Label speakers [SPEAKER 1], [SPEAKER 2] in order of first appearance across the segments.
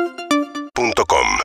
[SPEAKER 1] UrbanaPlayFM.com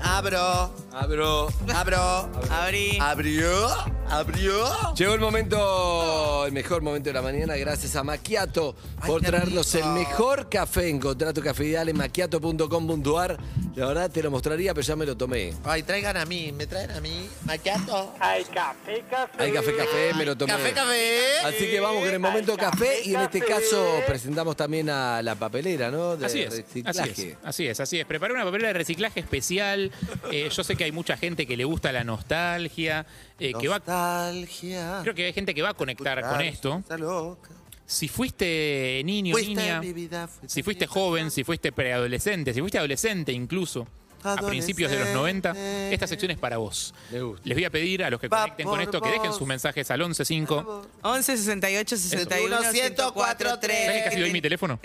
[SPEAKER 2] Abro,
[SPEAKER 3] Ah, Abro.
[SPEAKER 2] abro,
[SPEAKER 4] Abrí.
[SPEAKER 2] abrió, abrió.
[SPEAKER 3] Llegó el momento, el mejor momento de la mañana, gracias a Maquiato
[SPEAKER 2] Ay,
[SPEAKER 3] por
[SPEAKER 2] qué
[SPEAKER 3] traernos
[SPEAKER 2] rico.
[SPEAKER 3] el mejor café. Encontrá tu café ideal en maquiato.com.ar. La verdad te lo mostraría, pero ya me lo tomé.
[SPEAKER 2] Ay, traigan a mí, me traen a mí. Maquiato.
[SPEAKER 5] Hay café, café.
[SPEAKER 3] Hay café, café, me lo tomé.
[SPEAKER 2] Café, café.
[SPEAKER 3] Así que vamos con el momento café y en este caso presentamos también a la papelera, ¿no? De
[SPEAKER 6] Así es, así es,
[SPEAKER 3] reciclaje.
[SPEAKER 6] así es, así es. Preparé una papelera de reciclaje especial. Eh, yo sé que hay mucha gente que le gusta la nostalgia, eh, que va,
[SPEAKER 2] Nostalgia.
[SPEAKER 6] creo que hay gente que va a conectar con esto.
[SPEAKER 2] Está loca.
[SPEAKER 6] Si fuiste niño,
[SPEAKER 2] Fuiste
[SPEAKER 6] niña,
[SPEAKER 2] mi vida, fuiste
[SPEAKER 6] si fuiste
[SPEAKER 2] mi
[SPEAKER 6] joven, si fuiste preadolescente, si fuiste adolescente incluso, a principios de los 90, esta sección es para vos.
[SPEAKER 3] Me gusta.
[SPEAKER 6] Les voy a pedir a los que
[SPEAKER 2] Va
[SPEAKER 6] conecten con
[SPEAKER 2] por
[SPEAKER 6] esto que dejen sus
[SPEAKER 2] vos.
[SPEAKER 6] mensajes al 115.
[SPEAKER 4] 11 68 61
[SPEAKER 2] 104,
[SPEAKER 4] 104
[SPEAKER 2] tres.
[SPEAKER 6] ¿Sabes que casi doy mi teléfono?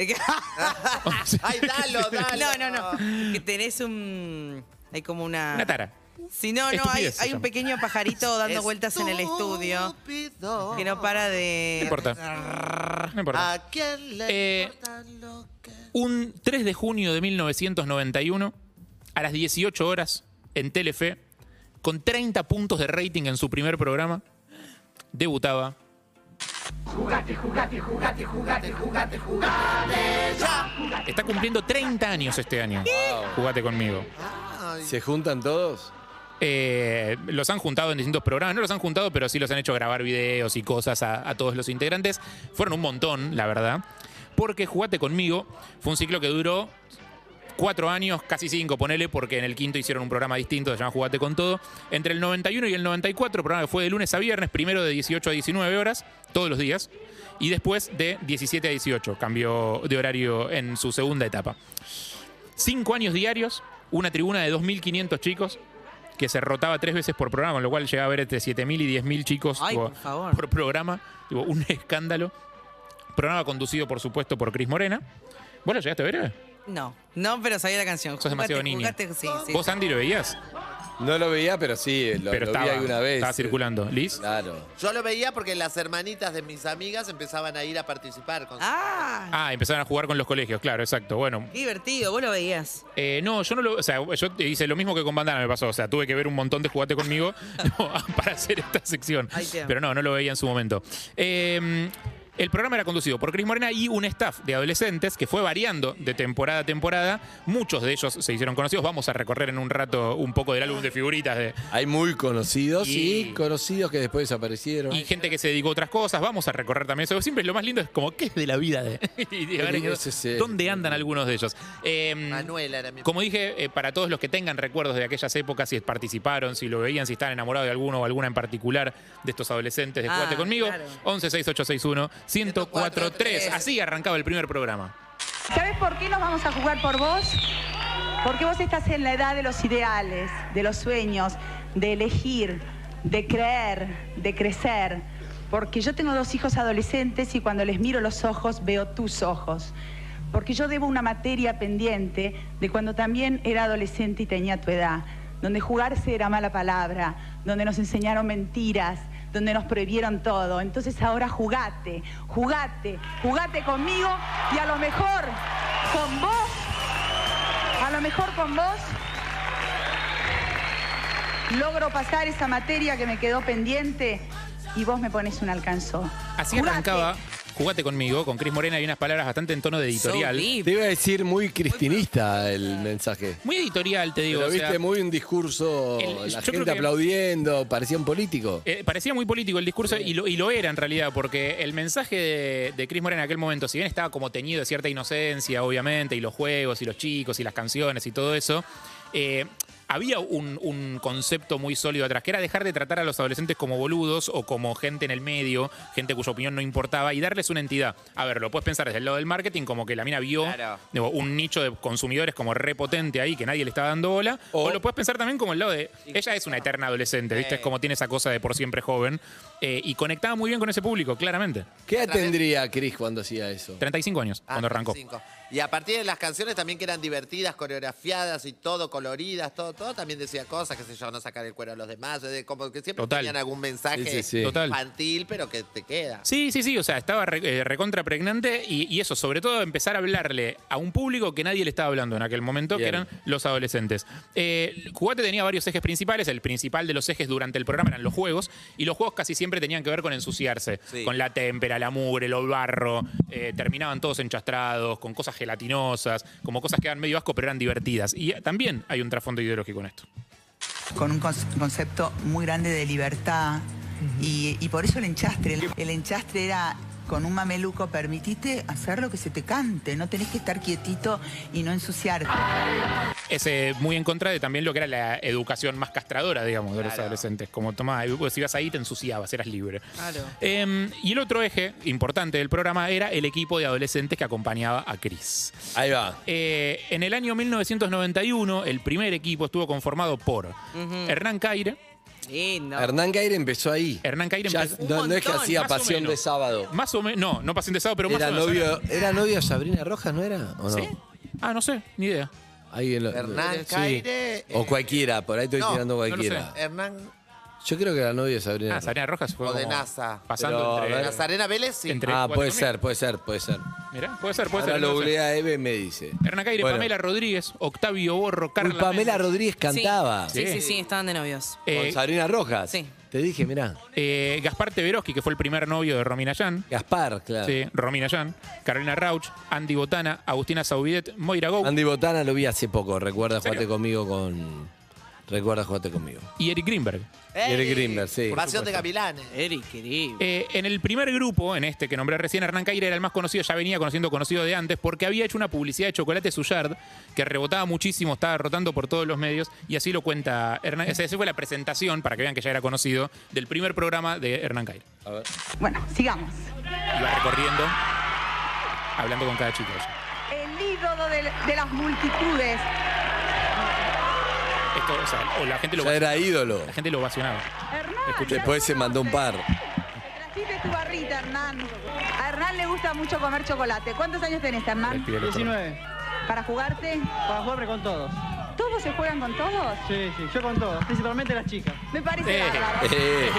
[SPEAKER 2] Ay, dalo,
[SPEAKER 4] No,
[SPEAKER 2] dalo.
[SPEAKER 4] no, no. Que tenés un. Hay como una.
[SPEAKER 6] Una tara.
[SPEAKER 4] Si no, no, hay,
[SPEAKER 6] Estupidez se
[SPEAKER 4] hay un
[SPEAKER 6] llama.
[SPEAKER 4] pequeño pajarito dando vueltas en el estudio
[SPEAKER 2] Estúpido.
[SPEAKER 4] que no para
[SPEAKER 6] No
[SPEAKER 4] de.
[SPEAKER 6] importa. No importa.
[SPEAKER 2] ¿A quién le
[SPEAKER 6] Eh,
[SPEAKER 2] importa lo que-
[SPEAKER 6] Un 3 de junio de 1991, a las 18 horas, en Telefe, con 30 puntos de rating en su primer programa, debutaba. Está cumpliendo 30 años este año. Jugate conmigo.
[SPEAKER 3] ¿Se juntan todos?
[SPEAKER 6] Eh, los han juntado en distintos programas. No los han juntado, pero sí los han hecho grabar videos y cosas a, a todos los integrantes. Fueron un montón, la verdad. Porque Jugate conmigo fue un ciclo que duró cuatro años, casi cinco, ponele, porque en el quinto hicieron un programa distinto, se llama Jugate con todo. Entre el 91 y el 94, programa que fue de lunes a viernes, primero de 18 a 19 horas, todos los días, y después de 17 a 18, cambió de horario en su segunda etapa. Cinco años diarios, una tribuna de 2.500 chicos, que se rotaba tres veces por programa, con lo cual llegaba a haber entre 7.000 y 10.000 chicos
[SPEAKER 4] Ay,
[SPEAKER 6] tipo,
[SPEAKER 4] por favor.
[SPEAKER 6] programa, tipo, un escándalo. Programa conducido, por supuesto, por Cris Morena. ¿Vos lo llegaste a ver? eh?
[SPEAKER 4] No, no, pero sabía la canción.
[SPEAKER 6] Sos demasiado
[SPEAKER 4] Jugate,
[SPEAKER 6] niña.
[SPEAKER 4] jugate, sí, sí.
[SPEAKER 6] ¿Vos, Andy, lo veías?
[SPEAKER 3] No lo veía, pero sí, eh, lo,
[SPEAKER 6] pero
[SPEAKER 3] lo
[SPEAKER 6] estaba,
[SPEAKER 3] vi alguna vez.
[SPEAKER 6] estaba circulando. ¿Liz?
[SPEAKER 3] Claro.
[SPEAKER 2] Yo lo veía porque las hermanitas de mis amigas empezaban a ir a participar. Con
[SPEAKER 4] Ah,
[SPEAKER 6] Ah, empezaron a jugar con los colegios, claro, exacto. Bueno,
[SPEAKER 4] qué divertido, vos lo veías.
[SPEAKER 6] eh, no, yo no lo. O sea, yo te hice lo mismo que con Bandana me pasó. O sea, tuve que ver un montón de jugate conmigo no, para hacer esta sección.
[SPEAKER 4] Ay, te amo.
[SPEAKER 6] Pero no, no lo veía en su momento. Eh, el programa era conducido por Cris Morena y un staff de adolescentes que fue variando de temporada a temporada. Muchos de ellos se hicieron conocidos. Vamos a recorrer en un rato un poco del álbum de figuritas de,
[SPEAKER 3] Hay muy conocidos y,
[SPEAKER 6] Y-
[SPEAKER 3] conocidos que después desaparecieron.
[SPEAKER 6] y gente que se dedicó a otras cosas. Vamos a recorrer también eso. Siempre lo más lindo es como qué es de la vida de. y de ver
[SPEAKER 3] lindo es ese-
[SPEAKER 6] ¿Dónde andan algunos de ellos? Eh,
[SPEAKER 2] Manuela era mi
[SPEAKER 6] como dije, eh, para todos los que tengan recuerdos de aquellas épocas, si participaron, si lo veían, si están enamorados de alguno o alguna en particular de estos adolescentes de
[SPEAKER 4] Ah,
[SPEAKER 6] Jugate conmigo,
[SPEAKER 4] claro.
[SPEAKER 6] 116861 1043. Así arrancaba el primer programa.
[SPEAKER 7] ¿Sabes por qué nos vamos a jugar por vos? Porque vos estás en la edad de los ideales, de los sueños, de elegir, de creer, de crecer. Porque yo tengo dos hijos adolescentes y cuando les miro los ojos veo tus ojos. Porque yo debo una materia pendiente de cuando también era adolescente y tenía tu edad, donde jugarse era mala palabra, donde nos enseñaron mentiras, donde nos prohibieron todo. Entonces ahora jugate, jugate, jugate conmigo y a lo mejor con vos, a lo mejor con vos logro pasar esa materia que me quedó pendiente y vos me pones un alcanzón.
[SPEAKER 6] Así
[SPEAKER 7] Jugate.
[SPEAKER 6] arrancaba Jugate conmigo con Cris Morena y unas palabras bastante en tono de editorial.
[SPEAKER 4] So deep.
[SPEAKER 3] Te iba a decir muy cristinista el mensaje.
[SPEAKER 6] Muy editorial, te digo.
[SPEAKER 3] Pero
[SPEAKER 6] o
[SPEAKER 3] viste
[SPEAKER 6] sea,
[SPEAKER 3] muy un discurso,
[SPEAKER 6] el- yo
[SPEAKER 3] la
[SPEAKER 6] creo
[SPEAKER 3] gente
[SPEAKER 6] que-
[SPEAKER 3] aplaudiendo, parecía un político.
[SPEAKER 6] Eh, parecía muy político el discurso y, lo, y lo era en realidad, porque el mensaje de, de Chris Morena en aquel momento, si bien estaba como teñido de cierta inocencia, obviamente, y los juegos, y los chicos, y las canciones, y todo eso, eh, había un, un concepto muy sólido atrás, que era dejar de tratar a los adolescentes como boludos o como gente en el medio, gente cuya opinión no importaba, y darles una entidad. A ver, lo puedes pensar desde el lado del marketing, como que la mina vio
[SPEAKER 2] Claro.
[SPEAKER 6] digo, un nicho de consumidores como repotente ahí, que nadie le estaba dando bola, o, lo puedes pensar también como el lado de, ella es una eterna adolescente, ¿viste? Es como tiene esa cosa de por siempre joven. eh, y conectaba muy bien con ese público, claramente.
[SPEAKER 3] ¿Qué edad tendría Chris cuando hacía eso?
[SPEAKER 6] 35 años
[SPEAKER 2] Ah,
[SPEAKER 6] cuando arrancó.
[SPEAKER 2] cinco. Y a partir de las canciones también que eran divertidas, coreografiadas y todo, coloridas, todo, todo también decía cosas, qué sé yo, no sacar el cuero a los demás, eh, como que siempre
[SPEAKER 6] Total.
[SPEAKER 2] tenían algún mensaje
[SPEAKER 3] Sí, sí, sí.
[SPEAKER 6] Total.
[SPEAKER 2] infantil, pero que te queda.
[SPEAKER 6] Sí, sí, sí, o sea, estaba re- eh, recontra pregnante y, y eso, sobre todo empezar a hablarle a un público que nadie le estaba hablando en aquel momento,
[SPEAKER 3] Bien.
[SPEAKER 6] que eran los adolescentes. Eh, Cubate tenía varios ejes principales, el principal de los ejes durante el programa eran los juegos, y los juegos casi siempre tenían que ver con ensuciarse,
[SPEAKER 2] Sí.
[SPEAKER 6] con la témpera, la mugre, lo barro, eh, terminaban todos enchastrados, con cosas gelatinosas, como cosas que eran medio asco pero eran divertidas. Y eh, también hay un trasfondo ideológico en esto.
[SPEAKER 1] con un cons- concepto muy grande de libertad y, y por eso el enchastre. El, el enchastre era con un mameluco, permitite hacer lo que se te cante, no tenés que estar quietito y no ensuciarte.
[SPEAKER 6] es eh, muy en contra de también lo que era la educación más castradora, digamos, de los adolescentes. Como tomá, y vos ibas ahí, te ensuciabas, eras libre.
[SPEAKER 4] Claro.
[SPEAKER 6] Em, y el otro eje importante del programa era el equipo de adolescentes que acompañaba a Chris.
[SPEAKER 3] Ahí va.
[SPEAKER 6] Eh, en el año 1991, el primer equipo estuvo conformado por Hernán Caire.
[SPEAKER 4] Lindo.
[SPEAKER 3] Hernán Caire empezó ahí.
[SPEAKER 6] Hernán Caire
[SPEAKER 3] Ya
[SPEAKER 6] empezó-
[SPEAKER 3] no, no es que
[SPEAKER 4] Un montón,
[SPEAKER 3] hacía
[SPEAKER 6] más o
[SPEAKER 3] pasión
[SPEAKER 6] menos.
[SPEAKER 3] de sábado.
[SPEAKER 6] Más o menos, no, no paciente sábado, pero más
[SPEAKER 3] Era
[SPEAKER 6] o menos.
[SPEAKER 3] novio, era novio de Sabrina Rojas, ¿no era? ¿O no?
[SPEAKER 6] ¿Sí? Ah, no sé, ni idea.
[SPEAKER 3] Alguien lo-
[SPEAKER 2] Hernán
[SPEAKER 3] Sí.
[SPEAKER 2] Caire, eh,
[SPEAKER 3] O cualquiera, por ahí estoy
[SPEAKER 2] no,
[SPEAKER 3] tirando
[SPEAKER 6] no lo
[SPEAKER 3] cualquiera.
[SPEAKER 6] sé.
[SPEAKER 2] Hernán
[SPEAKER 3] Yo creo que era novio de Sabrina.
[SPEAKER 6] Ah,
[SPEAKER 3] Rojas.
[SPEAKER 6] Sarena Rojas fue
[SPEAKER 2] O de
[SPEAKER 6] como
[SPEAKER 2] NASA.
[SPEAKER 6] Pasando
[SPEAKER 3] Pero,
[SPEAKER 6] entre...
[SPEAKER 3] a ver.
[SPEAKER 2] Nazarena Vélez, sí.
[SPEAKER 6] Entre-
[SPEAKER 3] Ah,
[SPEAKER 6] Tres,
[SPEAKER 3] puede
[SPEAKER 6] cuatro
[SPEAKER 3] ser, puede ser, puede ser.
[SPEAKER 6] Mirá, puede ser, puede
[SPEAKER 3] Ahora
[SPEAKER 6] ser.
[SPEAKER 3] lo
[SPEAKER 6] no sé.
[SPEAKER 3] googlea Eve me dice.
[SPEAKER 6] Hernán Caire,
[SPEAKER 3] Bueno.
[SPEAKER 6] Pamela Rodríguez, Octavio Borro,
[SPEAKER 3] Uy,
[SPEAKER 6] Carla
[SPEAKER 3] Pamela
[SPEAKER 6] Méndez.
[SPEAKER 3] Rodríguez cantaba.
[SPEAKER 4] Sí, sí,
[SPEAKER 6] Sí.
[SPEAKER 4] sí, estaban de novios.
[SPEAKER 3] Con
[SPEAKER 6] Eh,
[SPEAKER 3] Sabrina Rojas.
[SPEAKER 4] Sí.
[SPEAKER 3] Te dije, mirá.
[SPEAKER 6] eh, Gaspar Teberoski, que fue el primer novio de Romina Yan.
[SPEAKER 3] Gaspar, claro.
[SPEAKER 6] Sí, Romina Yan, Carolina Rauch, Andy Botana, Agustina Saubidet, Moira Gou
[SPEAKER 3] Andy Botana lo vi hace poco. Recuerda
[SPEAKER 6] serio?
[SPEAKER 3] jugate conmigo con. Recuerda jugate conmigo.
[SPEAKER 6] y Eric Greenberg.
[SPEAKER 3] Y Eric Grimberg, sí.
[SPEAKER 2] Pasión de Gavilanes.
[SPEAKER 4] Eric, querido.
[SPEAKER 6] Eh, en el primer grupo, en este que nombré recién, Hernán Caire era el más conocido, ya venía conociendo conocido de antes, porque había hecho una publicidad de chocolate Suyard que rebotaba muchísimo, estaba rotando por todos los medios, y así lo cuenta Hernán. Esa esa fue la presentación, para que vean que ya era conocido, del primer programa de Hernán Caire.
[SPEAKER 7] Bueno, sigamos.
[SPEAKER 6] Iba recorriendo, hablando con cada chico. ella.
[SPEAKER 7] El ídolo del- de, las multitudes.
[SPEAKER 6] Esto, o sea, o la gente lo,
[SPEAKER 3] Ya era ídolo.
[SPEAKER 6] la gente lo ovacionaba.
[SPEAKER 7] Hernán.
[SPEAKER 6] Escuché.
[SPEAKER 7] ya
[SPEAKER 3] Después se mandó un par.
[SPEAKER 7] Trajiste tu barrita, Hernán. A Hernán le gusta mucho comer chocolate. ¿Cuántos años tenés, Hernán?
[SPEAKER 6] Despide el otro.
[SPEAKER 7] Para jugarte.
[SPEAKER 5] Para jugarme con todos.
[SPEAKER 7] ¿Todos se juegan con todos?
[SPEAKER 5] Sí, sí, yo con todos, principalmente las chicas.
[SPEAKER 7] Me parece
[SPEAKER 6] Eh.
[SPEAKER 7] bárbaro.
[SPEAKER 3] Eh,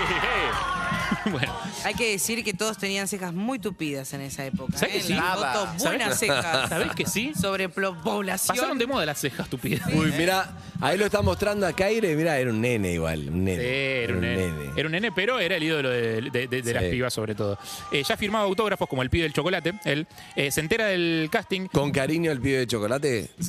[SPEAKER 6] bueno,
[SPEAKER 4] Hay que decir que todos tenían cejas muy tupidas en esa época.
[SPEAKER 6] ¿Sabés
[SPEAKER 4] ¿eh?
[SPEAKER 6] que sí?
[SPEAKER 4] Las
[SPEAKER 2] Baba.
[SPEAKER 4] fotos, buenas cejas.
[SPEAKER 6] ¿sabés que sí?
[SPEAKER 4] Sobre población.
[SPEAKER 6] pasaron de moda las cejas, estúpidas.
[SPEAKER 3] uy, mirá. Ahí lo está mostrando a Caire. Mirá, era un nene igual. Un nene.
[SPEAKER 6] Era un nene. Era un nene, pero era el ídolo de, de- de- de las
[SPEAKER 3] Sí.
[SPEAKER 6] pibas, sobre todo. Eh, ya firmaba autógrafos como el pibe del chocolate. Él eh, se entera del casting.
[SPEAKER 3] ¿Con cariño el pibe de chocolate?
[SPEAKER 6] No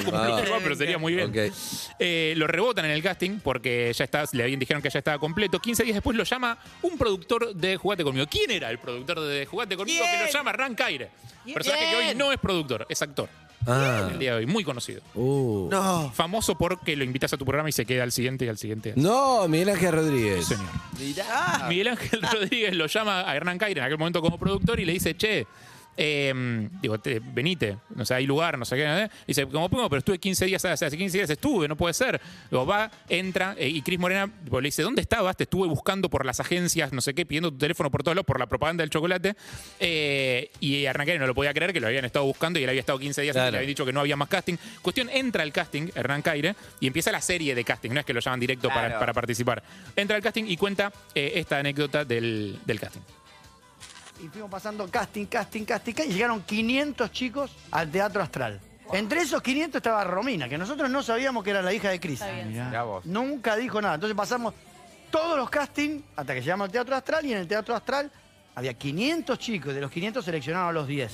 [SPEAKER 6] sé cómo lo firmó, pero sería muy bien.
[SPEAKER 3] Ok.
[SPEAKER 6] Eh, lo rebotan en el casting porque ya está, le habían dijeron que ya estaba completo. 15 días después lo llama un productor de Jugate conmigo. ¿Quién era el productor de Jugate conmigo que lo llama Hernán Caire? Personaje que hoy no es productor, es actor.
[SPEAKER 3] Ah.
[SPEAKER 6] El día de hoy, muy conocido.
[SPEAKER 3] Uh. No.
[SPEAKER 6] Famoso porque lo invitas a tu programa y se queda al siguiente y al siguiente.
[SPEAKER 3] Miguel Ángel Rodríguez.
[SPEAKER 6] Señor.
[SPEAKER 2] Mirá.
[SPEAKER 6] Miguel Ángel Rodríguez lo llama a Hernán Caire en aquel momento como productor y le dice, che, eh, digo, te- venite, no sé, hay lugar, no sé qué. ¿eh? Y dice, como pongo, pero estuve 15 días, hace hace 15 días estuve, no puede ser. Digo, va, entra, eh, y Cris Morena tipo, le dice, ¿dónde estabas? Te estuve buscando por las agencias, no sé qué, pidiendo tu teléfono por todos lados, por la propaganda del chocolate. Eh, y Hernán Caire no lo podía creer, que lo habían estado buscando y él había estado 15 días antes,
[SPEAKER 3] Claro.
[SPEAKER 6] le habían dicho que no había más casting. Cuestión, entra al casting, Hernán Caire, y empieza la serie de casting, no es que lo llaman directo para-
[SPEAKER 2] Claro.
[SPEAKER 6] para participar. Entra al casting y cuenta eh, esta anécdota del, del casting.
[SPEAKER 5] Y fuimos pasando casting, casting, casting, casting, y llegaron 500 chicos al Teatro Astral. Entre esos 500 estaba Romina, que nosotros no sabíamos que era la hija de Cris. Nunca dijo nada. Entonces pasamos todos los castings hasta que llegamos al Teatro Astral y en el Teatro Astral había 500 chicos. De los 500 seleccionaron a los 10.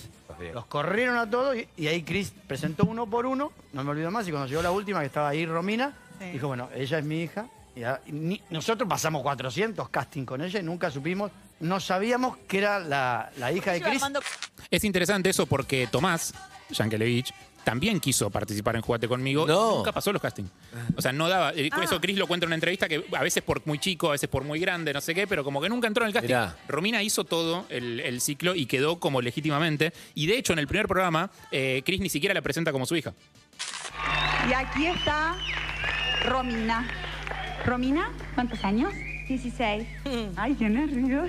[SPEAKER 5] Los, corrieron a todos y, y ahí Cris presentó uno por uno. No me olvido más. Y cuando llegó la última, que estaba ahí Romina, dijo, bueno, ella es mi hija. Y a- y ni- nosotros pasamos 400 castings con ella y nunca supimos, no sabíamos que era la, la hija de Cris.
[SPEAKER 6] Es interesante eso porque Tomás Yankelevich también quiso participar en Jugate conmigo. y
[SPEAKER 3] No.
[SPEAKER 6] Nunca pasó los castings. O sea, no daba. eh, Eso Chris lo cuenta en una entrevista que a veces por muy chico, a veces por muy grande, no sé qué, pero como que nunca entró en el casting.
[SPEAKER 3] Mirá.
[SPEAKER 6] Romina hizo todo el, el ciclo y quedó como legítimamente. Y de hecho, en el primer programa, eh, Chris ni siquiera la presenta como su hija.
[SPEAKER 7] Y aquí está Romina. ¿Romina? ¿Cuántos años?
[SPEAKER 8] 16.
[SPEAKER 7] Ay, qué nervios.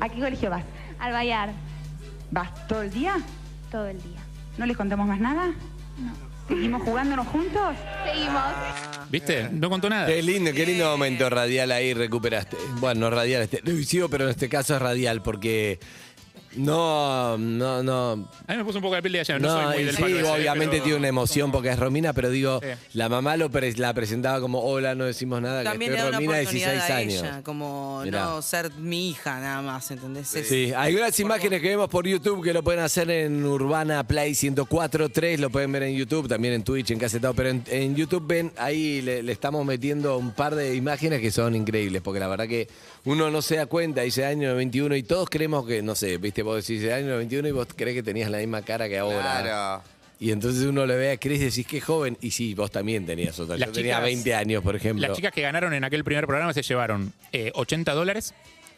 [SPEAKER 7] ¿A qué colegio vas?
[SPEAKER 8] Al Bayar,
[SPEAKER 7] ¿Vas todo el día?
[SPEAKER 8] todo el día.
[SPEAKER 7] ¿No les contamos más nada? ¿Seguimos jugándonos juntos?
[SPEAKER 6] ¿Viste? No contó nada.
[SPEAKER 3] Qué lindo, qué lindo momento radial ahí recuperaste. Bueno, no radial, es televisivo, pero en este caso es radial porque no, no, no.
[SPEAKER 6] A mí me puso un poco la piel de allá. No, soy
[SPEAKER 3] No,
[SPEAKER 6] muy
[SPEAKER 3] y
[SPEAKER 6] del
[SPEAKER 3] sí,
[SPEAKER 6] palo ese,
[SPEAKER 3] obviamente
[SPEAKER 6] pero-
[SPEAKER 3] tiene una emoción porque es Romina, pero digo,
[SPEAKER 6] Sí.
[SPEAKER 3] la mamá lo pre- la presentaba como, hola, no decimos nada,
[SPEAKER 4] También
[SPEAKER 3] que
[SPEAKER 4] le da
[SPEAKER 3] estoy
[SPEAKER 4] una
[SPEAKER 3] Romina,
[SPEAKER 4] oportunidad
[SPEAKER 3] 16
[SPEAKER 4] a
[SPEAKER 3] años.
[SPEAKER 4] ella, como
[SPEAKER 3] Mirá.
[SPEAKER 4] no ser mi hija nada más, ¿entendés? Es-
[SPEAKER 3] Sí, algunas imágenes que vemos por YouTube que lo pueden hacer en Urbana Play 104.3, lo pueden ver en YouTube, también en Twitch, en Casetado, pero en, en YouTube ven, ahí le, le estamos metiendo un par de imágenes que son increíbles, porque la verdad que uno no se da cuenta, dice año 21 y todos creemos que, no sé, viste, vos decís año 21 y vos crees que tenías la misma cara que ahora.
[SPEAKER 2] Claro.
[SPEAKER 3] Y entonces uno le ve a Chris y decís que joven, y sí, vos también tenías otra,
[SPEAKER 6] Las
[SPEAKER 3] yo tenía
[SPEAKER 6] chicas-
[SPEAKER 3] 20 años, por ejemplo.
[SPEAKER 6] Las chicas que ganaron en aquel primer programa se llevaron eh, 80 dólares,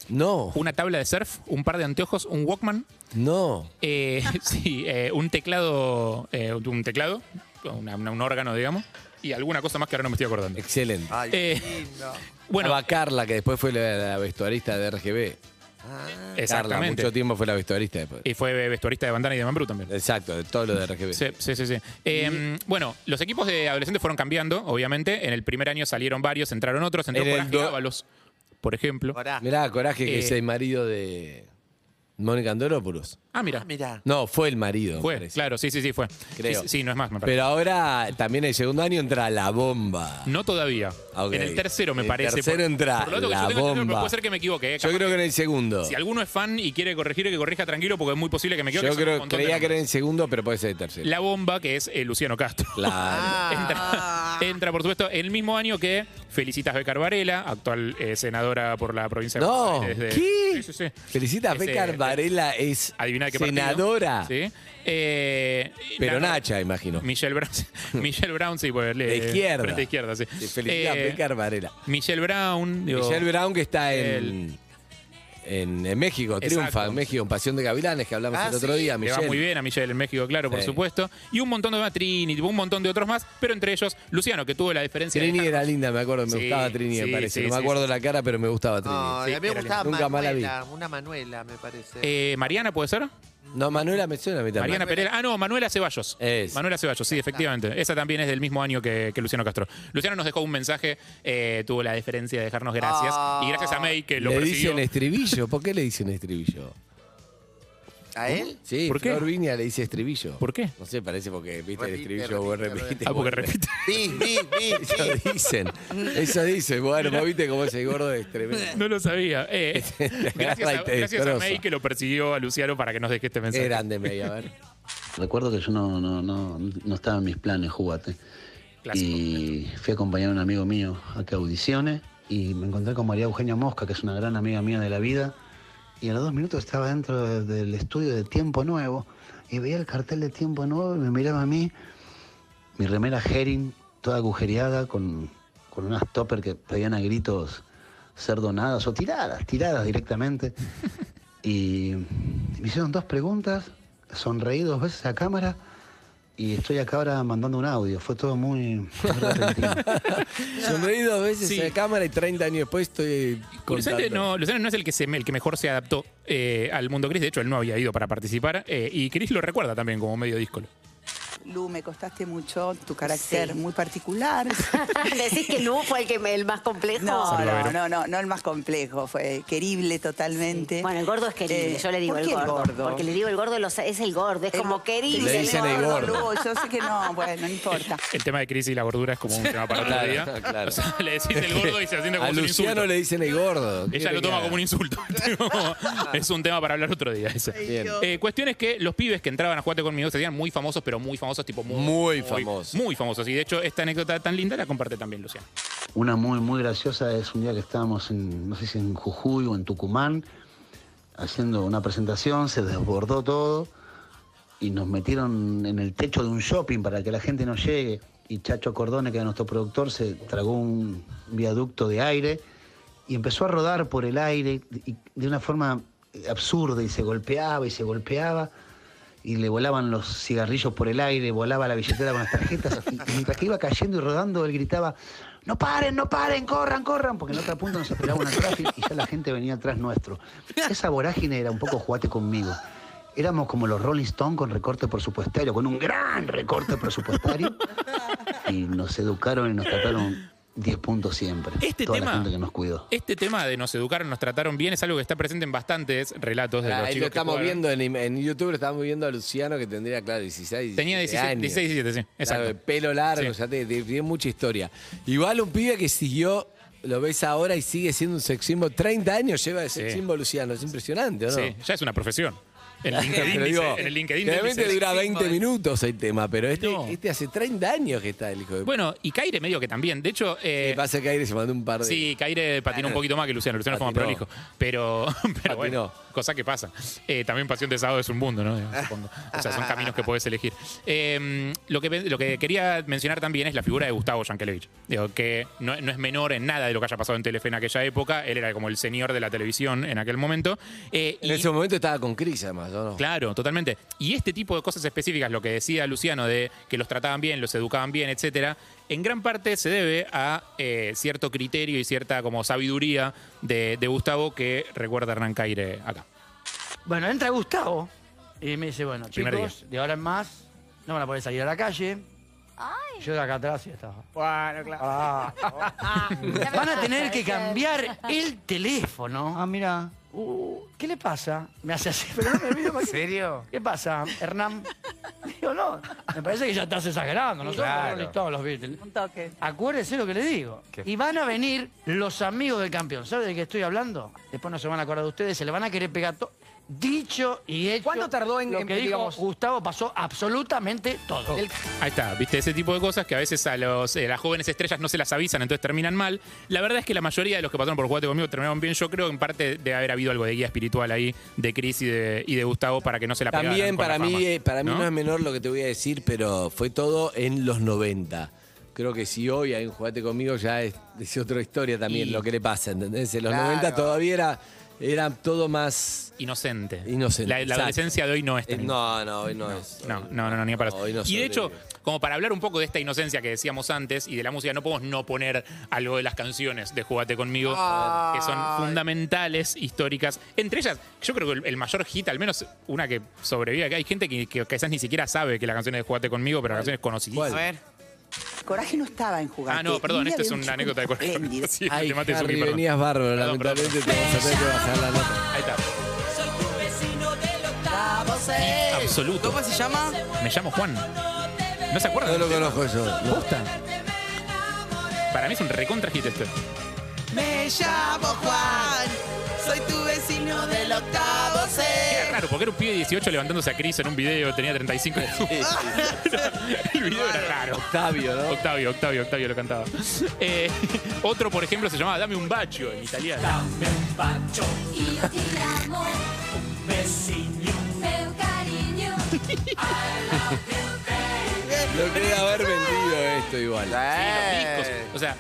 [SPEAKER 3] No,
[SPEAKER 6] una tabla de surf, un par de anteojos, un Walkman,
[SPEAKER 3] no.
[SPEAKER 6] eh, sí, eh, un teclado, eh, un teclado, una- una- un órgano, digamos, y alguna cosa más que ahora no me estoy acordando.
[SPEAKER 3] Excelente.
[SPEAKER 2] Ay,
[SPEAKER 6] Eh,
[SPEAKER 2] qué lindo.
[SPEAKER 6] Bueno,
[SPEAKER 3] Estaba Carla, que después fue la, la vestuarista de RGB. Carla,
[SPEAKER 6] exactamente.
[SPEAKER 3] mucho tiempo fue la vestuarista después.
[SPEAKER 6] Y fue vestuarista de Bandana y de Mambrú también.
[SPEAKER 3] Exacto, de todo lo de RGB.
[SPEAKER 6] Sí, sí, sí. sí. Eh, Bueno, los equipos de adolescentes fueron cambiando, obviamente. En el primer año salieron varios, entraron otros, entró
[SPEAKER 3] En el
[SPEAKER 6] Coraje
[SPEAKER 3] do-
[SPEAKER 6] Ábalos, por ejemplo.
[SPEAKER 2] Ahora.
[SPEAKER 3] Mirá, coraje que
[SPEAKER 6] Eh.
[SPEAKER 3] es el marido de Mónica Andorópulos.
[SPEAKER 6] Ah, mira.
[SPEAKER 2] Ah, mirá.
[SPEAKER 3] No, fue el marido. me
[SPEAKER 6] Fue,
[SPEAKER 3] parece.
[SPEAKER 6] claro, sí, sí, sí, fue.
[SPEAKER 3] Creo.
[SPEAKER 6] Sí, sí, no es más, me parece.
[SPEAKER 3] Pero ahora también el segundo año entra la bomba.
[SPEAKER 6] No todavía.
[SPEAKER 3] Ah, Ok.
[SPEAKER 6] En el tercero, me
[SPEAKER 3] En el
[SPEAKER 6] parece.
[SPEAKER 3] tercero entra
[SPEAKER 6] Por lo tanto, que yo
[SPEAKER 3] la
[SPEAKER 6] tengo entendido, pero
[SPEAKER 3] bomba.
[SPEAKER 6] puede ser que me equivoque. eh,
[SPEAKER 3] Yo
[SPEAKER 6] capaz
[SPEAKER 3] creo que en el segundo.
[SPEAKER 6] Si alguno es fan y quiere corregir, que corrija tranquilo, porque es muy posible que me equivoque.
[SPEAKER 3] Yo
[SPEAKER 6] son un
[SPEAKER 3] creo,
[SPEAKER 6] montón de
[SPEAKER 3] creía que era en
[SPEAKER 6] nombres.
[SPEAKER 3] el segundo, pero puede ser el tercero.
[SPEAKER 6] La Ah, bomba, que es eh, Luciano Castro.
[SPEAKER 3] Claro.
[SPEAKER 6] Entra, entra, por supuesto, el mismo año que Felicitas Becar Varela, actual eh, senadora por la provincia de
[SPEAKER 3] No,
[SPEAKER 6] Buenos Aires.
[SPEAKER 3] ¿qué?
[SPEAKER 6] Sí, sí, sí.
[SPEAKER 3] Felicita a
[SPEAKER 6] Ese-
[SPEAKER 3] Becar Varela, es
[SPEAKER 6] Adivina de qué partido.
[SPEAKER 3] senadora.
[SPEAKER 6] Sí. Eh,
[SPEAKER 3] Pero
[SPEAKER 6] la-
[SPEAKER 3] Nacha, imagino.
[SPEAKER 6] Michelle Brown, Michelle Brown, sí, pues,
[SPEAKER 3] De izquierda.
[SPEAKER 6] De izquierda, sí.
[SPEAKER 3] Sí,
[SPEAKER 6] Eh,
[SPEAKER 3] Felicita a Becar Varela.
[SPEAKER 6] Michelle Brown. digo,
[SPEAKER 3] Michelle Brown que está en, en, en México,
[SPEAKER 6] Exacto.
[SPEAKER 3] triunfa en México, en Pasión de Gavilanes, que hablamos
[SPEAKER 2] Ah,
[SPEAKER 3] el otro
[SPEAKER 2] sí.
[SPEAKER 3] día,
[SPEAKER 6] Le
[SPEAKER 3] Michelle.
[SPEAKER 6] va muy bien a Michelle en México, claro, por
[SPEAKER 3] Sí.
[SPEAKER 6] supuesto. Y un montón de más, Trini, tipo, un montón de otros más, pero entre ellos Luciano, que tuvo la diferencia. de
[SPEAKER 3] Trini
[SPEAKER 6] dejar-
[SPEAKER 3] era linda, me acuerdo, me
[SPEAKER 6] Sí,
[SPEAKER 3] gustaba Trini,
[SPEAKER 6] sí,
[SPEAKER 3] me parece.
[SPEAKER 6] sí,
[SPEAKER 3] no me
[SPEAKER 6] sí,
[SPEAKER 3] acuerdo
[SPEAKER 6] sí.
[SPEAKER 3] la cara, pero me gustaba Trini.
[SPEAKER 2] Ay, a mí me
[SPEAKER 6] era
[SPEAKER 2] gustaba
[SPEAKER 3] lindo. Nunca más la vi.
[SPEAKER 2] Manuela, una Manuela, me parece.
[SPEAKER 6] Eh, Mariana, ¿puede ser?
[SPEAKER 3] No, Manuela me suena a mí también.
[SPEAKER 6] Mariana Pereira. Ah, no, Manuela Ceballos.
[SPEAKER 3] Es. Ah,
[SPEAKER 6] Manuela Ceballos, sí, efectivamente. Esa también es del mismo año que, que Luciano Castro. Luciano nos dejó un mensaje, eh, tuvo la deferencia de dejarnos gracias.
[SPEAKER 2] Ah.
[SPEAKER 6] y gracias a May, que lo
[SPEAKER 3] le
[SPEAKER 6] persiguió.
[SPEAKER 3] dicen estribillo, ¿por qué le dicen estribillo?
[SPEAKER 2] ¿A él?
[SPEAKER 3] Sí,
[SPEAKER 6] ¿Por qué?
[SPEAKER 3] Flor Viña le dice estribillo.
[SPEAKER 6] ¿Por qué?
[SPEAKER 3] No sé, parece porque viste el
[SPEAKER 2] Repite,
[SPEAKER 3] estribillo, vos
[SPEAKER 2] repite,
[SPEAKER 3] repite.
[SPEAKER 6] Ah, porque
[SPEAKER 3] vos repite.
[SPEAKER 6] repite.
[SPEAKER 2] Sí, sí, sí, sí.
[SPEAKER 3] Eso dicen, eso dicen. Bueno, vos viste cómo ese gordo es tremendo.
[SPEAKER 6] No lo sabía. Eh, gracias a,
[SPEAKER 3] Agarra y te
[SPEAKER 6] gracias a
[SPEAKER 3] destroza.
[SPEAKER 6] May que lo persiguió a Luciano para que nos deje este
[SPEAKER 3] Qué
[SPEAKER 6] mensaje.
[SPEAKER 3] grande, May, a ver.
[SPEAKER 8] Recuerdo que yo no, no, no, no estaba en mis planes, jugate.
[SPEAKER 6] Clásico.
[SPEAKER 8] Y fui a acompañar a un amigo mío a que audicione y me encontré con María Eugenia Mosca, que es una gran amiga mía de la vida. Y a los dos minutos estaba dentro de- del estudio de Tiempo Nuevo y veía el cartel de Tiempo Nuevo y me miraba a mí, mi remera Herring, toda agujereada, con, con unas topper que pedían a gritos ser donadas o tiradas, tiradas directamente. Y me hicieron dos preguntas, sonreí dos veces a cámara y estoy acá ahora mandando un audio. Fue todo muy, muy repentino.
[SPEAKER 3] Sonreí dos veces
[SPEAKER 6] Sí.
[SPEAKER 3] a la cámara y 30 años después estoy contando.
[SPEAKER 6] Luciano no, Luciano no es el que, se, el que mejor se adaptó eh, al mundo Cris. De hecho, él no había ido para participar. eh, y Cris lo recuerda también como medio díscolo.
[SPEAKER 1] Lu, me costaste mucho tu carácter
[SPEAKER 9] Sí.
[SPEAKER 1] muy particular.
[SPEAKER 9] Decís que Lu fue el, que, el más complejo.
[SPEAKER 1] No,
[SPEAKER 6] Salvadero.
[SPEAKER 1] no, no, no, no el más complejo, fue querible totalmente.
[SPEAKER 9] Bueno, el gordo es querible,
[SPEAKER 1] Eh,
[SPEAKER 9] yo le digo
[SPEAKER 1] ¿por
[SPEAKER 9] el
[SPEAKER 1] qué
[SPEAKER 9] gordo, Porque le digo el gordo lo sa- es el gordo, es
[SPEAKER 1] El
[SPEAKER 9] como
[SPEAKER 1] go-
[SPEAKER 9] querible.
[SPEAKER 3] Le dicen el gordo.
[SPEAKER 1] Lu, yo sé que no, bueno, no importa.
[SPEAKER 6] El tema de Cris y la gordura es como un tema para otro
[SPEAKER 3] Claro,
[SPEAKER 6] día.
[SPEAKER 3] claro.
[SPEAKER 6] O sea, le decís el gordo y se haciendo como
[SPEAKER 3] a
[SPEAKER 6] si un insulto.
[SPEAKER 3] Luciano le dicen el gordo.
[SPEAKER 6] Ella lo toma como un insulto. es un tema para hablar otro día. ese.
[SPEAKER 3] Bien.
[SPEAKER 6] Eh, cuestión es que los pibes que entraban a jugarte conmigo se hacían muy famosos, pero muy famosos, tipo muy,
[SPEAKER 3] Muy famosos.
[SPEAKER 6] Muy famosos. Y de hecho, esta anécdota tan linda la comparte también Luciano.
[SPEAKER 8] Una muy, muy graciosa es un día que estábamos en, no sé si en Jujuy o en Tucumán, haciendo una presentación, se desbordó todo y nos metieron en el techo de un shopping para que la gente no llegue. Y Chacho Cordone, que era nuestro productor, se tragó un viaducto de aire y empezó a rodar por el aire y- de una forma eh, absurda y se golpeaba y se golpeaba y le volaban los cigarrillos por el aire, volaba la billetera con las tarjetas. Y mientras que iba cayendo y rodando, él gritaba, no paren, no paren, corran, corran, porque en otra punta nos esperaba una tráfico y ya la gente venía atrás nuestro. Esa vorágine era un poco jugate conmigo. Éramos como los Rolling Stones con recorte presupuestario, con un gran recorte presupuestario. y nos educaron y nos trataron 10 puntos siempre.
[SPEAKER 6] Este
[SPEAKER 8] Toda
[SPEAKER 6] tema-
[SPEAKER 8] la gente que nos cuidó.
[SPEAKER 6] Este tema de nos educaron, nos trataron bien, es algo que está presente en bastantes relatos de los
[SPEAKER 3] Ahí
[SPEAKER 6] chicos.
[SPEAKER 3] lo
[SPEAKER 6] que
[SPEAKER 3] estamos
[SPEAKER 6] jugaron.
[SPEAKER 3] viendo en, en YouTube, lo estamos viendo a Luciano que tendría, claro, 16,
[SPEAKER 6] Tenía
[SPEAKER 3] 17
[SPEAKER 6] 16,
[SPEAKER 3] años.
[SPEAKER 6] 16, 17, sí.
[SPEAKER 3] Claro,
[SPEAKER 6] Exacto.
[SPEAKER 3] de pelo largo,
[SPEAKER 6] Sí.
[SPEAKER 3] ya te, te- tiene mucha historia. Igual un pibe que siguió, lo ves ahora y sigue siendo un sex symbol. 30 años lleva de sex
[SPEAKER 6] Sí.
[SPEAKER 3] symbol, Luciano, es impresionante, ¿o ¿no?
[SPEAKER 6] Sí, ya es una profesión. En LinkedIn,
[SPEAKER 3] Pero digo,
[SPEAKER 6] dice- en el LinkedIn
[SPEAKER 3] generalmente
[SPEAKER 6] dice-
[SPEAKER 3] dura 20 minutos el tema, pero este,
[SPEAKER 6] ¿eh? No.
[SPEAKER 3] este hace 30 años que está el hijo de...
[SPEAKER 6] Bueno, y Caire medio que también. De hecho, eh,
[SPEAKER 3] Me pasa que aire se mandó un par de...
[SPEAKER 6] Sí, Caire patinó un poquito más que Luciano. Luciano fue más
[SPEAKER 3] Patinó.
[SPEAKER 6] prolijo. Pero, pero bueno,
[SPEAKER 3] Patinó.
[SPEAKER 6] cosa que pasa. Eh, también Pasión de Sábado es un mundo, ¿no? Supongo. O sea, son caminos que podés elegir. Eh, lo, que, lo que quería mencionar también es la figura de Gustavo Yankelevich. Digo, que no, no es menor en nada de lo que haya pasado en Telefe en aquella época. Él era como el señor de la televisión en aquel momento. Eh,
[SPEAKER 3] En
[SPEAKER 6] y-
[SPEAKER 3] ese momento estaba con Cris, además, ¿o ¿no?
[SPEAKER 6] Claro, totalmente. Y este tipo de cosas específicas, lo que decía Luciano, de que los trataban bien, los educaban bien, etcétera, en gran parte se debe a eh, cierto criterio y cierta como sabiduría de, de Gustavo que recuerda Hernán Caire acá.
[SPEAKER 5] Bueno, entra Gustavo y me dice, bueno,
[SPEAKER 6] Primer
[SPEAKER 5] chicos, de ahora en más no van a poder salir a la calle. Yo de acá atrás sí estaba.
[SPEAKER 10] Bueno, claro.
[SPEAKER 5] Ah.
[SPEAKER 10] Ya me
[SPEAKER 5] Van a
[SPEAKER 10] pasa,
[SPEAKER 5] tener que
[SPEAKER 10] ¿viste?
[SPEAKER 5] cambiar el teléfono. Ah, mira. Uh, ¿Qué le pasa? Me hace así, pero no me olvido
[SPEAKER 10] ¿En
[SPEAKER 5] porque-
[SPEAKER 10] serio?
[SPEAKER 5] ¿Qué pasa, Hernán? Digo, no, me parece que ya estás exagerando. Nosotros
[SPEAKER 10] Claro.
[SPEAKER 5] somos todos los Beatles.
[SPEAKER 1] Un toque.
[SPEAKER 5] Acuérdese lo que le digo.
[SPEAKER 10] ¿Qué?
[SPEAKER 5] Y van a venir los amigos del campeón. ¿Sabe de qué estoy hablando? Después no se van a acordar de ustedes, se le van a querer pegar todo. Dicho y hecho.
[SPEAKER 10] ¿Cuánto tardó en-
[SPEAKER 5] lo
[SPEAKER 10] en,
[SPEAKER 5] que dijo
[SPEAKER 10] digamos-
[SPEAKER 5] Gustavo pasó absolutamente todo.
[SPEAKER 10] El-
[SPEAKER 6] Ahí está, viste, ese tipo de cosas que a veces a los, eh, las jóvenes estrellas no se las avisan, entonces terminan mal. La verdad es que la mayoría de los que pasaron por Jugate conmigo terminaron bien. Yo creo en parte de haber habido algo de guía espiritual ahí de Cris y de, y de Gustavo para que no se la pegaran
[SPEAKER 3] También
[SPEAKER 6] con la
[SPEAKER 3] para mí,
[SPEAKER 6] fama,
[SPEAKER 3] eh, para mí
[SPEAKER 6] ¿no?
[SPEAKER 3] ¿no? es menor lo que te voy a decir, pero fue todo en los 90. Creo que si hoy hay un jugate conmigo ya es, es otra historia también
[SPEAKER 6] Y-
[SPEAKER 3] lo que le pasa, ¿entendés? En los
[SPEAKER 2] Claro.
[SPEAKER 3] 90 todavía era, era todo más
[SPEAKER 6] Inocente.
[SPEAKER 3] inocente.
[SPEAKER 6] La, la
[SPEAKER 3] Exacto.
[SPEAKER 6] adolescencia de hoy no es
[SPEAKER 3] Eh,
[SPEAKER 6] tan
[SPEAKER 3] no, no, hoy no, es.
[SPEAKER 6] No, no, no, no, ni para
[SPEAKER 3] Hoy
[SPEAKER 6] Y de
[SPEAKER 3] no sobrevive.
[SPEAKER 6] hecho, como para hablar un poco de esta inocencia que decíamos antes y de la música, no podemos no poner algo de las canciones de Jugate conmigo, que son fundamentales, históricas. Entre ellas, yo creo que el, el mayor hit, al menos una que sobrevive acá, hay gente que, que quizás ni siquiera sabe que la canción es de Jugate conmigo, pero la canción es
[SPEAKER 3] ¿Cuál?
[SPEAKER 6] conocidísima.
[SPEAKER 4] A ver.
[SPEAKER 1] Coraje no estaba en jugar.
[SPEAKER 6] Ah, no, perdón, esta es una anécdota de Coraje. Sí,
[SPEAKER 3] Ay,
[SPEAKER 6] el tema de Suki,
[SPEAKER 3] Harry,
[SPEAKER 6] perdón.
[SPEAKER 3] venías bárbaro,
[SPEAKER 6] Perdón, perdón,
[SPEAKER 3] lamentablemente te vas a tener que bajar la nota.
[SPEAKER 6] Ahí está. Absoluto.
[SPEAKER 4] ¿Cómo se llama?
[SPEAKER 6] Me llamo Juan. ¿No se acuerdan?
[SPEAKER 3] No lo
[SPEAKER 6] del tema?
[SPEAKER 3] conozco yo. no.
[SPEAKER 6] Posta. Para mí es un recontra hit este.
[SPEAKER 4] Me llamo Juan. Soy tu vecino del octavo
[SPEAKER 6] Qué
[SPEAKER 4] C.
[SPEAKER 6] raro, porque era un pibe de 18 levantándose a Chris en un video, tenía 35 El video era raro.
[SPEAKER 3] Octavio, ¿no?
[SPEAKER 6] Octavio, Octavio, Octavio lo cantaba. Eh, otro, por ejemplo, se llamaba Dame un bacio en italiano.
[SPEAKER 3] Lo quería haber vendido esto igual.
[SPEAKER 6] Discos.
[SPEAKER 3] Eh.
[SPEAKER 6] O sea,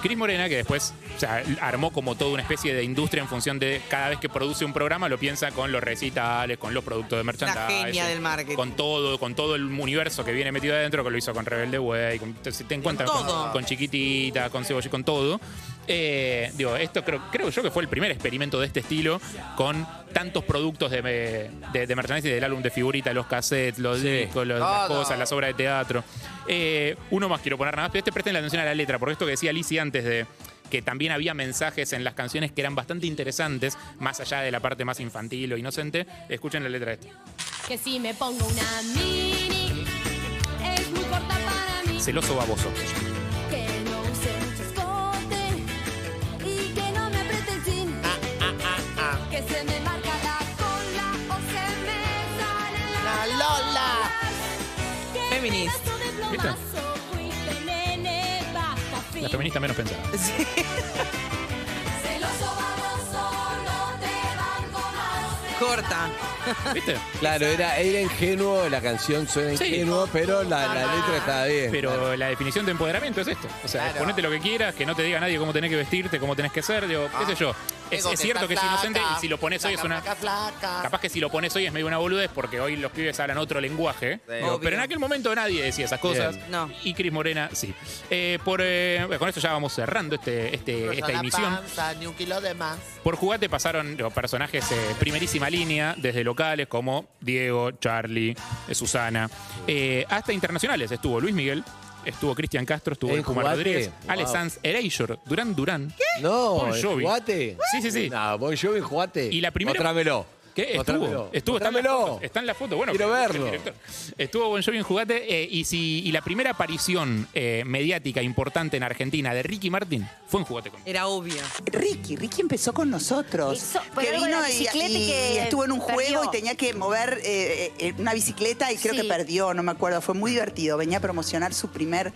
[SPEAKER 6] Cris Morena, que después o sea, armó como toda una especie de industria en función de cada vez que produce un programa, lo piensa con los recitales, con los productos de merchandising.
[SPEAKER 4] genia del marketing.
[SPEAKER 6] Con todo, con todo el universo que viene metido adentro, que lo hizo con Rebelde Way, con, te, te encuentras
[SPEAKER 4] Con
[SPEAKER 6] con,
[SPEAKER 4] todo.
[SPEAKER 6] con Chiquitita, con Cebolla, con todo. Eh, digo, esto creo, creo yo que fue el primer experimento de este estilo con tantos productos de, de, de merchandising del álbum de figuritas, los cassettes, los
[SPEAKER 3] Sí.
[SPEAKER 6] discos, los- las cosas, las obras de teatro. Eh, uno más quiero poner nada más, pero este presten la atención a la letra, porque esto que decía Lizzie antes de que también había mensajes en las canciones que eran bastante interesantes, más allá de la parte más infantil o inocente. Escuchen la letra de esta.
[SPEAKER 11] Que si me pongo una mini, es muy corta para mí.
[SPEAKER 6] Celoso baboso.
[SPEAKER 11] Que no use mucho escote y que no me apriete el jean.
[SPEAKER 1] Ah,
[SPEAKER 11] Que se me marca la cola o se me sale la Lola.
[SPEAKER 4] Feminist.
[SPEAKER 6] La feminista menos pensada.
[SPEAKER 4] Corta.
[SPEAKER 6] ¿Viste?
[SPEAKER 3] Claro, era, era ingenuo, la canción suena
[SPEAKER 6] Sí.
[SPEAKER 3] ingenuo, pero la, la letra estaba bien.
[SPEAKER 6] Pero la definición de empoderamiento es esto. O sea, ponete lo que quieras, que no te diga nadie cómo tenés que vestirte, cómo tenés que ser, digo, qué sé yo. Es,
[SPEAKER 2] Digo
[SPEAKER 6] es cierto que
[SPEAKER 2] está
[SPEAKER 6] es inocente
[SPEAKER 2] flaca,
[SPEAKER 6] y si lo pones hoy es
[SPEAKER 2] flaca,
[SPEAKER 6] una...
[SPEAKER 2] Flaca, flaca. eh,
[SPEAKER 6] Capaz que si lo pones hoy es medio una boludez porque hoy los pibes hablan otro lenguaje. Digo, pero en aquel momento nadie decía esas cosas.
[SPEAKER 4] Bien. No.
[SPEAKER 6] Y Cris Morena, sí. Eh, por, eh, bueno, con esto ya vamos cerrando este, este-
[SPEAKER 2] Nos
[SPEAKER 6] esta
[SPEAKER 2] da la
[SPEAKER 6] emisión.
[SPEAKER 2] panza, ni un kilo de más.
[SPEAKER 6] Por Jugate pasaron digo, personajes eh, primerísima línea, desde locales como Diego, Charlie, eh, Susana. Eh, hasta internacionales estuvo Luis Miguel, estuvo Cristian Castro, estuvo
[SPEAKER 3] ¿El
[SPEAKER 6] el Kumar
[SPEAKER 3] Jugate?
[SPEAKER 6] Rodríguez,
[SPEAKER 3] Wow.
[SPEAKER 6] Alex Sanz, Erasure, Durán Durán.
[SPEAKER 3] No,
[SPEAKER 6] Bon
[SPEAKER 3] ¿el
[SPEAKER 6] Jovi.
[SPEAKER 3] ¿Jugate?
[SPEAKER 6] Sí, sí, sí.
[SPEAKER 3] No, Bon Jovi, jugate.
[SPEAKER 6] Y la primera.
[SPEAKER 3] Mostrámelo.
[SPEAKER 6] ¿Qué?
[SPEAKER 3] Mostrámelo.
[SPEAKER 6] Estuvo. Estuvo. Está en, las
[SPEAKER 3] Mostrámelo.
[SPEAKER 6] fotos, está en la foto. Bueno,
[SPEAKER 3] Quiero
[SPEAKER 6] que-
[SPEAKER 3] verlo.
[SPEAKER 6] director. Estuvo Bon Jovi en Jugate. eh, y, si, y la primera aparición eh, mediática importante en Argentina de Ricky Martin fue en Jugate con.
[SPEAKER 1] Era obvio. Ricky, Ricky empezó con nosotros.
[SPEAKER 9] Eso, pero
[SPEAKER 1] que
[SPEAKER 9] algo de la
[SPEAKER 1] vino y,
[SPEAKER 9] bicicleta y
[SPEAKER 1] y-
[SPEAKER 9] que
[SPEAKER 1] y estuvo en un juego
[SPEAKER 9] perdió.
[SPEAKER 1] y tenía que mover eh, eh, una bicicleta y creo que
[SPEAKER 9] Sí.
[SPEAKER 1] perdió, no me acuerdo. Fue muy divertido. Venía a promocionar su primer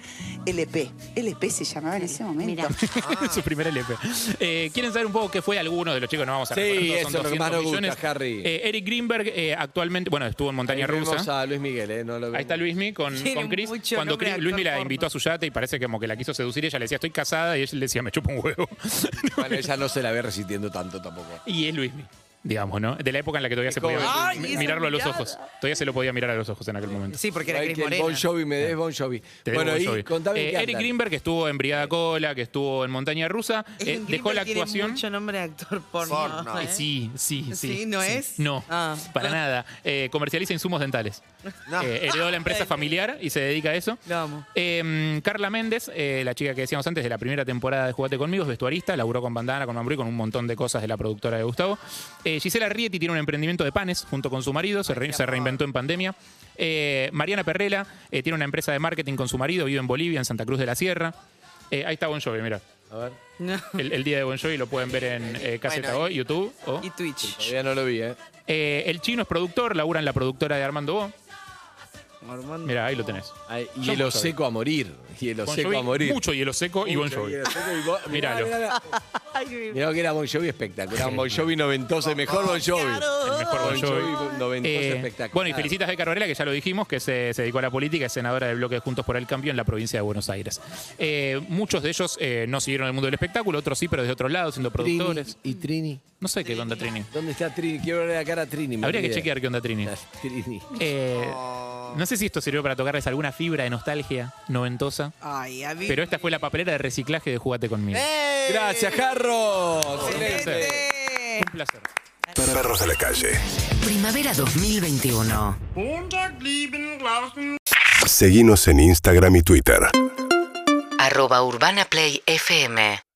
[SPEAKER 1] LP. LP se llamaba en ese momento.
[SPEAKER 3] Ah.
[SPEAKER 6] Su primer LP. Eh, ¿Quieren saber un poco qué fue alguno de los chicos? No vamos a
[SPEAKER 3] Sí,
[SPEAKER 6] recordar todos,
[SPEAKER 3] eso
[SPEAKER 6] son
[SPEAKER 3] es lo que más
[SPEAKER 6] 200
[SPEAKER 3] nos gusta,
[SPEAKER 6] millones.
[SPEAKER 3] Harry.
[SPEAKER 6] Eh, Eric Greenberg eh, actualmente, bueno, estuvo en Montaña
[SPEAKER 3] Ahí vemos
[SPEAKER 6] Rusa.
[SPEAKER 3] a Luis Miguel, ¿eh? No lo
[SPEAKER 6] Ahí está Luismi con,
[SPEAKER 4] Tiene
[SPEAKER 6] con Chris.
[SPEAKER 4] mucho
[SPEAKER 6] Cuando
[SPEAKER 4] nombre de
[SPEAKER 6] Chris- Luismi
[SPEAKER 4] actor
[SPEAKER 6] la
[SPEAKER 4] porno.
[SPEAKER 6] invitó a su yate y parece como que la quiso seducir, ella le decía, estoy casada, y él le decía, me chupa un huevo.
[SPEAKER 3] Bueno, ella no se la ve resistiendo tanto tampoco.
[SPEAKER 6] y es Luismi, digamos, ¿no? De la época en la que todavía se podía
[SPEAKER 3] joven.
[SPEAKER 4] Ay,
[SPEAKER 6] mi-
[SPEAKER 4] esa
[SPEAKER 6] mirarlo a los
[SPEAKER 4] mirada.
[SPEAKER 6] ojos. Todavía se lo podía mirar a los ojos en aquel momento.
[SPEAKER 4] Sí, porque era
[SPEAKER 3] Hay
[SPEAKER 4] Cris
[SPEAKER 3] que el
[SPEAKER 4] Morena.
[SPEAKER 3] Bon Jovi me des Bon Jovi.
[SPEAKER 6] Eh. Te
[SPEAKER 3] bueno,
[SPEAKER 6] debo
[SPEAKER 3] y
[SPEAKER 6] Bon Jovi.
[SPEAKER 3] contame
[SPEAKER 6] Eh,
[SPEAKER 3] en qué
[SPEAKER 6] Eric
[SPEAKER 3] andan.
[SPEAKER 6] Greenberg, que estuvo en Brigada Cola, que estuvo en Montaña Rusa,
[SPEAKER 4] Es
[SPEAKER 6] eh,
[SPEAKER 4] un
[SPEAKER 6] dejó
[SPEAKER 4] Grimberg
[SPEAKER 6] la
[SPEAKER 4] tiene
[SPEAKER 6] actuación.
[SPEAKER 4] mucho nombre de actor porno.
[SPEAKER 2] Porno.
[SPEAKER 4] ¿eh?
[SPEAKER 6] Sí, sí, sí.
[SPEAKER 4] ¿Sí? ¿No es?
[SPEAKER 6] No,
[SPEAKER 4] Ah.
[SPEAKER 6] para nada. Eh, comercializa insumos dentales.
[SPEAKER 2] No.
[SPEAKER 6] Eh, heredó la empresa familiar y se dedica a eso.
[SPEAKER 4] Lo amo.
[SPEAKER 6] Eh, Carla Méndez, eh, la chica que decíamos antes de la primera temporada de Jugate Conmigo, es vestuarista, laburó con Bandana, con Mambrú y con un montón de cosas de la productora de Gustavo. Eh, Gisela Rieti tiene un emprendimiento de panes junto con su marido, se, re- se reinventó en pandemia. Eh, Mariana Perrela eh, tiene una empresa de marketing con su marido, vive en Bolivia, en Santa Cruz de la Sierra. Eh, ahí está Bon Jovi, mira.
[SPEAKER 3] A ver,
[SPEAKER 4] No.
[SPEAKER 6] El, el día de Bon Jovi lo pueden ver en eh, Caseta
[SPEAKER 2] Bueno,
[SPEAKER 6] Hoy, YouTube. o-
[SPEAKER 4] Y Twitch.
[SPEAKER 3] todavía no lo vi, ¿eh?
[SPEAKER 6] Eh, el chino es productor, labura en la productora de Armando Bo.
[SPEAKER 4] Armando.
[SPEAKER 6] Mira, ahí lo tenés.
[SPEAKER 3] Ay, hielo seco a morir. Hielo
[SPEAKER 6] Bon
[SPEAKER 3] seco
[SPEAKER 6] Jovi,
[SPEAKER 3] a morir.
[SPEAKER 6] Mucho hielo seco Oh, y Bon Jovi.
[SPEAKER 3] hielo seco y Bon- mirá,
[SPEAKER 6] Míralo.
[SPEAKER 3] mirá, mirá.
[SPEAKER 4] Ay, mi-
[SPEAKER 3] Mirá que era Bon Jovi espectacular. Bon Jovi noventoso, el mejor Bon Jovi.
[SPEAKER 6] El mejor Bon
[SPEAKER 3] Bon
[SPEAKER 6] Jovi.
[SPEAKER 3] Jovi noventoso
[SPEAKER 6] Eh,
[SPEAKER 3] espectacular.
[SPEAKER 6] bueno, y felicitas a Beca Varela, que ya lo dijimos, que se, se dedicó a la política, es senadora del bloque de Juntos por el Cambio en la provincia de Buenos Aires. Eh, muchos de ellos eh, no siguieron el mundo del espectáculo, otros sí, pero desde otro lado, siendo
[SPEAKER 3] Trini
[SPEAKER 6] productores.
[SPEAKER 3] y Trini.
[SPEAKER 6] No sé qué onda Trini.
[SPEAKER 3] ¿Dónde está Trini? Quiero ver la cara a Trini. me
[SPEAKER 6] Habría que
[SPEAKER 3] olvidé.
[SPEAKER 6] chequear qué onda Trini.
[SPEAKER 3] Trini.
[SPEAKER 6] Eh, no sé si esto sirvió para tocarles alguna fibra de nostalgia noventosa,
[SPEAKER 4] Ay, a mí.
[SPEAKER 6] pero esta fue la papelera de reciclaje de Jugate Conmigo.
[SPEAKER 3] Gracias, Jarro. Excelente.
[SPEAKER 4] Excelente.
[SPEAKER 6] Un placer.
[SPEAKER 12] Perros de la calle.
[SPEAKER 13] Primavera 2021.
[SPEAKER 12] Seguinos en Instagram y Twitter.
[SPEAKER 13] Arroba Urbana Play FM.